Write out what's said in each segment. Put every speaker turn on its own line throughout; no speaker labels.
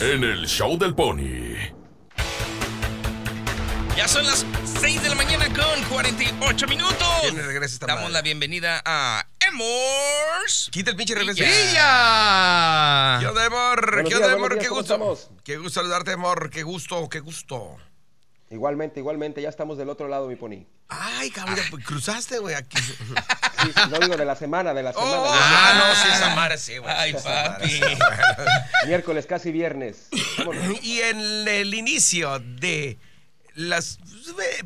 En el show del pony.
Ya son las 6 de la mañana con 48 minutos.
Viene, regresa esta
Damos
madre.
la bienvenida a Emors.
Quita el pinche
Y
regresa.
ya.
¿Qué
¡Villa!
onda, Emor?
Buenos
¿Qué
días,
onda,
buenos
Emor?
días,
Qué
¿cómo
gusto.
estamos?
Qué gusto saludarte, Emor. Qué gusto, qué gusto.
Igualmente, igualmente, ya estamos del otro lado, mi pony.
Ay, cabrón, ya, pues, cruzaste, güey, aquí.
Sí, no digo de la semana, de la semana.
Oh,
de la
ah, no, sí, esa madre, sí, güey.
Ay, papi.
semana. Miércoles, casi viernes. Vámonos.
Y en el inicio de las.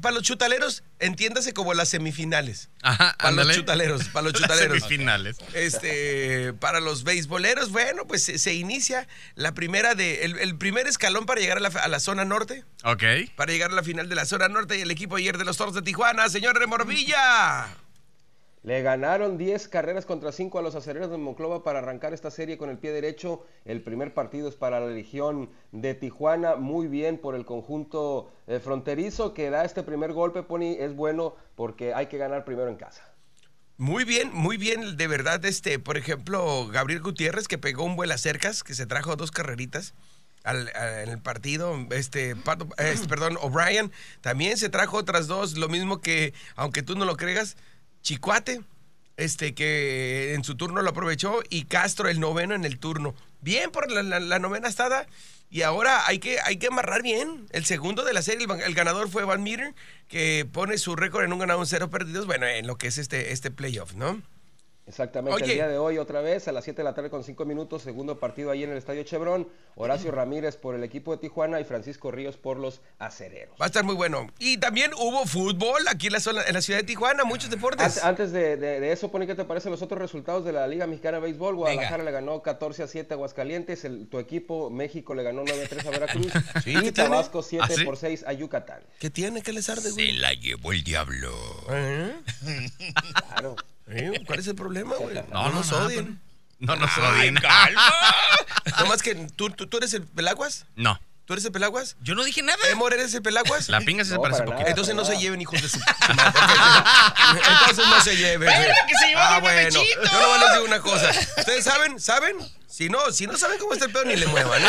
Para los chutaleros, entiéndase como las semifinales.
Ajá,
Para los
ándale.
chutaleros, para los
Las
chutaleros.
semifinales.
Este, para los beisboleros, bueno, pues se, se inicia la primera de, el, el primer escalón para llegar a la, a la zona norte,
Ok.
para llegar a la final de la zona norte y el equipo ayer de los Toros de Tijuana, señor Remorvilla.
Le ganaron 10 carreras contra 5 a los acereros de Monclova para arrancar esta serie con el pie derecho. El primer partido es para la Legión de Tijuana. Muy bien por el conjunto eh, fronterizo que da este primer golpe, Pony. Es bueno porque hay que ganar primero en casa.
Muy bien, muy bien, de verdad, este, por ejemplo, Gabriel Gutiérrez que pegó un vuelo a cercas, que se trajo dos carreritas al- a- en el partido, este, Pato- este, perdón, O'Brien también se trajo otras dos, lo mismo que, aunque tú no lo creas, Chicuate, este, que en su turno lo aprovechó, y Castro, el noveno en el turno. Bien por la, la- la novena estada, y ahora hay que, hay que amarrar bien. El segundo de la serie, el, van- el ganador fue Van Meter, que pone su récord en un ganado, un cero perdidos, bueno, en lo que es este, este playoff, ¿no?
Exactamente,
Oye.
el día de hoy otra vez a las 7 de la tarde con 5 minutos, segundo partido ahí en el Estadio Chevron, Horacio Ramírez por el equipo de Tijuana y Francisco Ríos por los Acereros.
Va a estar muy bueno. Y también hubo fútbol aquí en la, zona- en la ciudad de Tijuana, muchos deportes.
Antes, antes de, de- de eso, Pony, ¿qué te parecen los otros resultados de la Liga Mexicana de Béisbol? Guadalajara le ganó 14 a 7 a Aguascalientes, el- tu equipo México le ganó 9 a 3 a Veracruz
Sí, ¿qué eh?
y Tabasco 7
tiene? ¿Ah, sí?
por 6 a Yucatán.
¿Qué tiene? ¿Qué les arde,
Se
güey?
la llevó el diablo.
¿Eh?
Claro.
¿Eh? ¿Cuál es el problema, güey?
No, pues. no,
nos
no,
odien.
No nos
Ay,
odien.
calma.
Nomás que tú, tú, tú eres el pelaguas.
No.
¿Tú eres el pelaguas?
Yo no dije nada.
¿Emor eres el pelaguas?
La pinga sí se
No,
parece
para
poquito.
nada.
Entonces no
para
se
nada.
lleven, hijos de su su madre. Ok, Entonces no se lleven. güey.
Pero que se llevaron
ah,
el
bueno.
pechito.
Yo no voy a decir una cosa. ¿Ustedes saben? ¿Saben? Si no, si no saben cómo está el pedo, ni le muevan,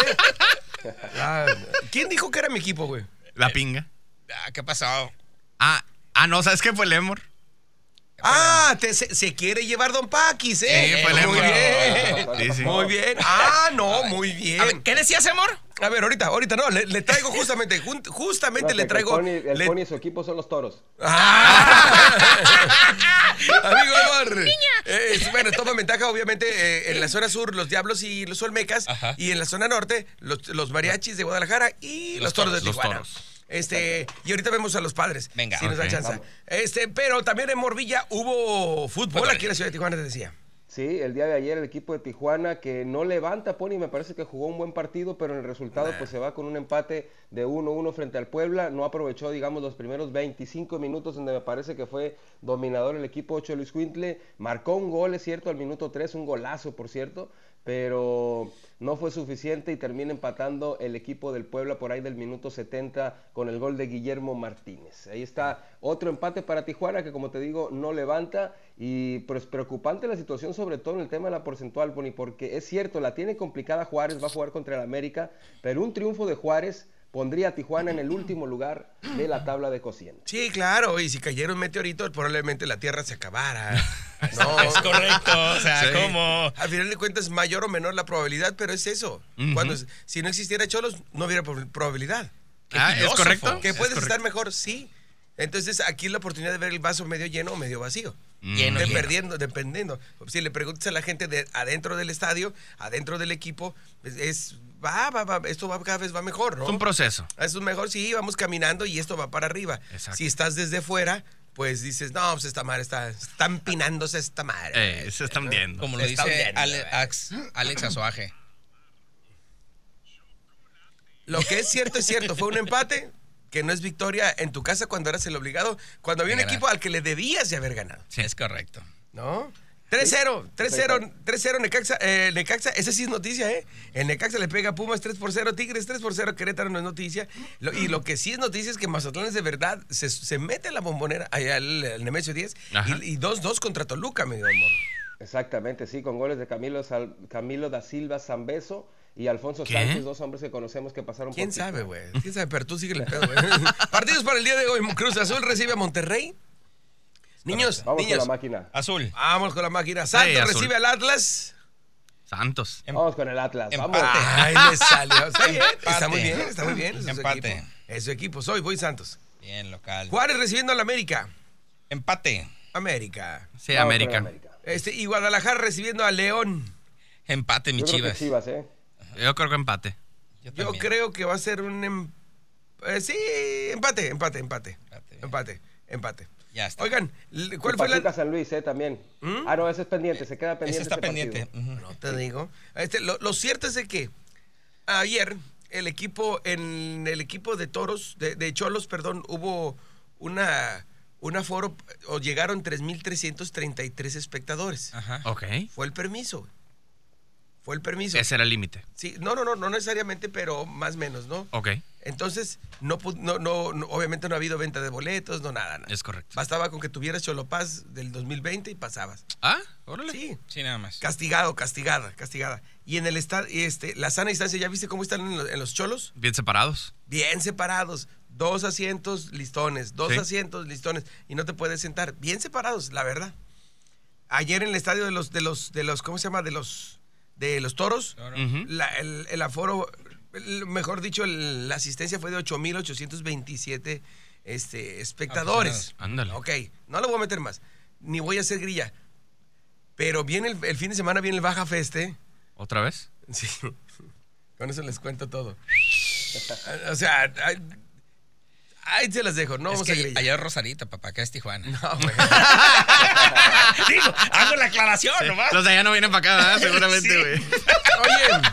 ¿eh? Ah, ¿Quién dijo que era mi equipo, güey?
La pinga.
Ah, ¿Qué ha pasado?
Ah, ah, no, ¿sabes qué fue el Emor?
Ah, te- se, se quiere llevar Don Paquis, ¿eh?
Sí, fue el
muy bien.
Emor. Sí, sí.
Muy bien. Ah, no, muy
A ver,
bien.
¿Qué decías, amor?
A ver, ahorita, ahorita, no, le, le traigo justamente, jun-
No,
justamente
que-
le
que
traigo...
El Pony, el
le-
Pony y su equipo son los toros.
¡Ah! Amigo amor. Eh, es- bueno, toma ventaja, obviamente, eh, en la zona sur, los diablos y los olmecas.
Ajá.
Y en la zona norte, los, los mariachis de Guadalajara y los, toros de
toros, los
Tijuana.
toros.
Este, y ahorita vemos a los padres.
Venga.
Si nos da
Ok.
chance.
Vamos.
Este, pero también en Morvilla hubo fútbol
Fútbol.
aquí en la ciudad de Tijuana, te decía.
Sí, el día de ayer el equipo de Tijuana que no levanta, Pony, me parece que jugó un buen partido, pero en el resultado pues se va con un empate de 1-1 frente al Puebla, no aprovechó digamos los primeros 25 minutos donde me parece que fue dominador el equipo 8 Luis Quintle, marcó un gol, es cierto, al minuto 3, un golazo por cierto, pero no fue suficiente y termina empatando el equipo del Puebla por ahí del minuto 70 con el gol de Guillermo Martínez. Ahí está otro empate para Tijuana que como te digo no levanta y pues preocupante la situación sobre todo en el tema de la porcentual, Pony, porque es cierto, la tiene complicada Juárez, va a jugar contra el América, pero un triunfo de Juárez pondría a Tijuana en el último lugar de la tabla de cociente.
Sí, claro, y si cayera un meteorito, probablemente la Tierra se acabara. No,
Es correcto. O sea,
Sí.
¿cómo?
Al final de cuentas, mayor o menor la probabilidad, pero es eso.
Ujú.
Cuando, si no existiera Cholos, no hubiera prob- probabilidad.
Qué
Ah, ¿es
filósofo.
correcto?
Que
Es
puedes
correcto.
estar mejor, sí. Entonces, aquí es la oportunidad de ver el vaso medio lleno o medio vacío.
Mm.
Lleno,
De-
lleno.
perdiendo, dependiendo. Si le preguntas a la gente de adentro del estadio, adentro del equipo, pues, es, va, va, va, esto va, cada vez va mejor, ¿no?
Es un proceso.
Eso es mejor, sí, vamos caminando y esto va para arriba.
Exacto.
Si estás desde fuera, pues dices, no, pues esta madre está, está empinándose esta madre.
Eh, se están viendo.
Como lo
Se está
dice
hundiendo,
Ale-
eh.
Ax- Alex Azoaje.
Lo que es cierto es cierto, fue un empate que no es victoria en tu casa cuando eras el obligado, cuando había un
De ganar.
equipo al que le debías de haber ganado,
Sí. Es correcto.
¿no? 3-0, 3-0, 3-0 Necaxa, eh, Necaxa, esa sí es noticia, ¿eh? El Necaxa le pega a Pumas 3 por 0, Tigres 3 por 0, Querétaro no es noticia. Lo- y lo que sí es noticia es que Mazatlán es de verdad, se, se mete a la bombonera, allá al, al Nemesio 10,
Ajá.
y y 2-2 contra Toluca, mi amor.
Exactamente, sí, con goles de Camilo, Sal- Camilo da Silva Zambeso y Alfonso
¿Qué?
Sánchez, dos hombres que conocemos que pasaron
¿Quién
por
sabe, güey? ¿Quién sabe? Pero tú sigue el pedo, güey. Partidos para el día de hoy. Cruz Azul recibe a Monterrey. Niños,
Vamos
niños.
con la máquina.
Azul.
Vamos con la máquina. Santos
Ay, Azul.
recibe al Atlas.
Santos.
Em-
Vamos con el Atlas. Vamos.
Empate.
Ay, le salió. Está, bien, está
Empate.
muy bien, está muy bien. Es su
Empate.
equipo. Es su equipo. Soy, voy Santos.
Bien, local.
Juárez recibiendo al América.
Empate.
América.
Sí,
Vamos con el
América.
Este, y Guadalajara recibiendo a León.
Empate, mi
Yo creo que
chivas.
Chivas, ¿eh?
Yo creo que empate.
Yo,
Yo
también.
creo que va a ser un. em- eh, sí, empate, empate, empate.
Empate, bien.
Empate, empate.
Ya está.
Oigan, l- ¿cuál
Y
fue
Pachuca
la.?
San Luis, ¿eh? También. Ah, no, ese es pendiente. Se queda
Ese
pendiente.
este
está
ese partido.
pendiente. Ujú.
No te digo. Este, lo, lo cierto es de que ayer el equipo, en el equipo de toros, de, de Cholos, perdón, hubo una un aforo o llegaron 3.333 espectadores.
Ajá.
Ok.
Fue el permiso. güey. Fue el permiso.
Ese era el límite.
Sí, no, no, no, no necesariamente, pero más o menos, ¿no?
Ok.
Entonces, no, pu- no, no, no, obviamente no ha habido venta de boletos, no nada, nada.
Es correcto.
Bastaba con que tuvieras Cholopaz del 2020 y pasabas.
Ah, órale.
Sí,
Sí, nada más.
castigado, castigada, castigada. Y en el estadio, este, la sana distancia, ¿ya viste cómo están en lo- en los cholos?
Bien separados.
Bien separados. Dos asientos listones, dos
Sí.
asientos listones. Y no te puedes sentar. Bien separados, la verdad. Ayer en el estadio de los, de los, de los, ¿cómo se llama? De los, de los toros.
Toro.
Ujú.
La- el, el aforo, el- mejor dicho, el- la asistencia fue de 8.827 este, espectadores.
Aficionados.
Ándale.
Ok, no lo voy a meter más, ni voy a hacer grilla. Pero viene el, el fin de semana, viene el Baja Feste.
¿Otra vez?
Sí. Con eso les cuento todo. O sea, ahí, ahí se las dejo, no
Es
vamos
que
a grilla.
allá es Rosarita, papá. Acá es Tijuana.
No, güey.
Digo, hago la aclaración nomás.
Los de allá no vienen para acá, ¿verdad?
Sí.
Seguramente, güey.
Oye.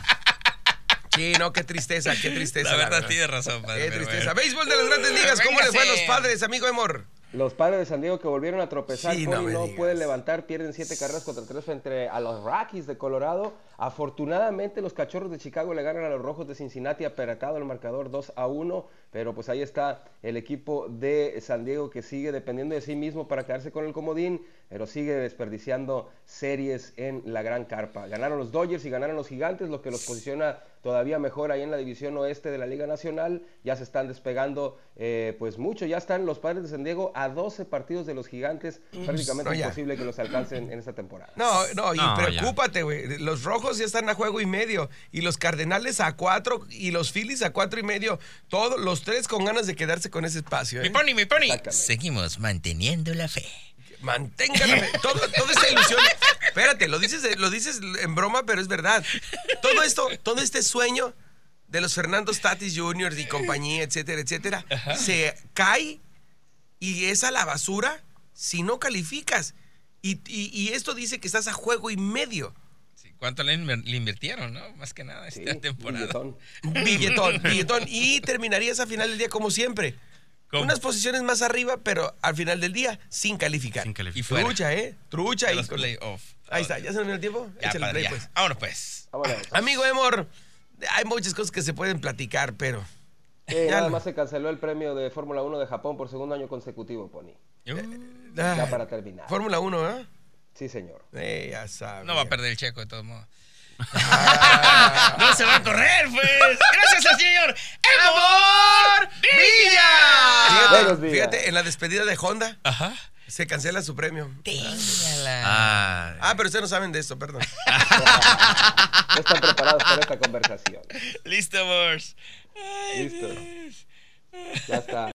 Sí, no, qué tristeza, qué tristeza.
La verdad, tienes razón, padre.
Qué
pero
tristeza.
bueno.
Béisbol de las grandes ligas, ¿cómo les fue a los
Véngase.
padres, amigo Emor?
Los padres de San Diego que volvieron a tropezar,
Sí,
Tony,
no
no,
me digas.
pueden levantar, pierden siete carreras contra tres frente a los Rockies de Colorado. Afortunadamente los cachorros de Chicago le ganan a los rojos de Cincinnati aperatado el marcador 2 a 1, pero pues ahí está el equipo de San Diego que sigue dependiendo de sí mismo para quedarse con el comodín, pero sigue desperdiciando series en la gran carpa. Ganaron los Dodgers y ganaron los Gigantes, lo que los posiciona todavía mejor ahí en la división oeste de la Liga Nacional. Ya se están despegando eh, pues mucho. Ya están los padres de San Diego a 12 partidos de los gigantes. Prácticamente
no, ya.
imposible que los alcancen en esta temporada.
No, no, y
No, ya.
preocúpate, güey. Los rojos ya están a juego y medio. Y los cardenales a cuatro. Y los Phillies a cuatro y medio. Todos los tres con ganas de quedarse con ese espacio. ¿eh?
Mi pony, mi pony.
Exactamente.
Seguimos manteniendo la fe.
Mantengan la- todo- toda esta ilusión. Espérate, lo dices, de- lo dices en broma, pero es verdad. Todo esto, todo este sueño de los Fernando Tatis Jr. y compañía, etcétera, etcétera, se cae y es a la basura si no calificas. Y, y- y esto dice que estás a juego y medio.
Sí, ¿Cuánto le, inver- le invirtieron, no? Más que nada
Sí,
esta temporada.
billetón.
Billetón, billetón. Y terminarías a final del día como siempre.
¿Cómo?
Unas posiciones más arriba, pero al final del día sin calificar.
Sin calificar.
Y fuera.
Trucha, ¿eh? Trucha.
A
y
los
con-
playoff.
Ahí está, ya se nos dio el tiempo.
Ya,
Échale
padre,
play,
ya.
pues.
Vámonos, pues.
Vámonos.
Amigo Emor, hay muchas cosas que se pueden platicar, pero.
Eh,
ya
nada
lo-
más se canceló el premio de Fórmula 1 de Japón por segundo año consecutivo, Pony.
Uh,
Ya
Ah,
para terminar.
Fórmula 1, ¿eh?
Sí, señor.
Eh, ya sabes.
No va a perder el checo, de todos modos. no se va a correr, pues. Gracias al señor Amor Villa.
Buenos
Fíjate,
días.
fíjate, en la despedida de Honda
Ajá.
se cancela su premio.
Téngala.
Ah,
Ah, pero ustedes no saben de esto, perdón.
No están preparados para esta conversación.
Listo, Mors. Ay,
Listo.
Dios.
Ya está.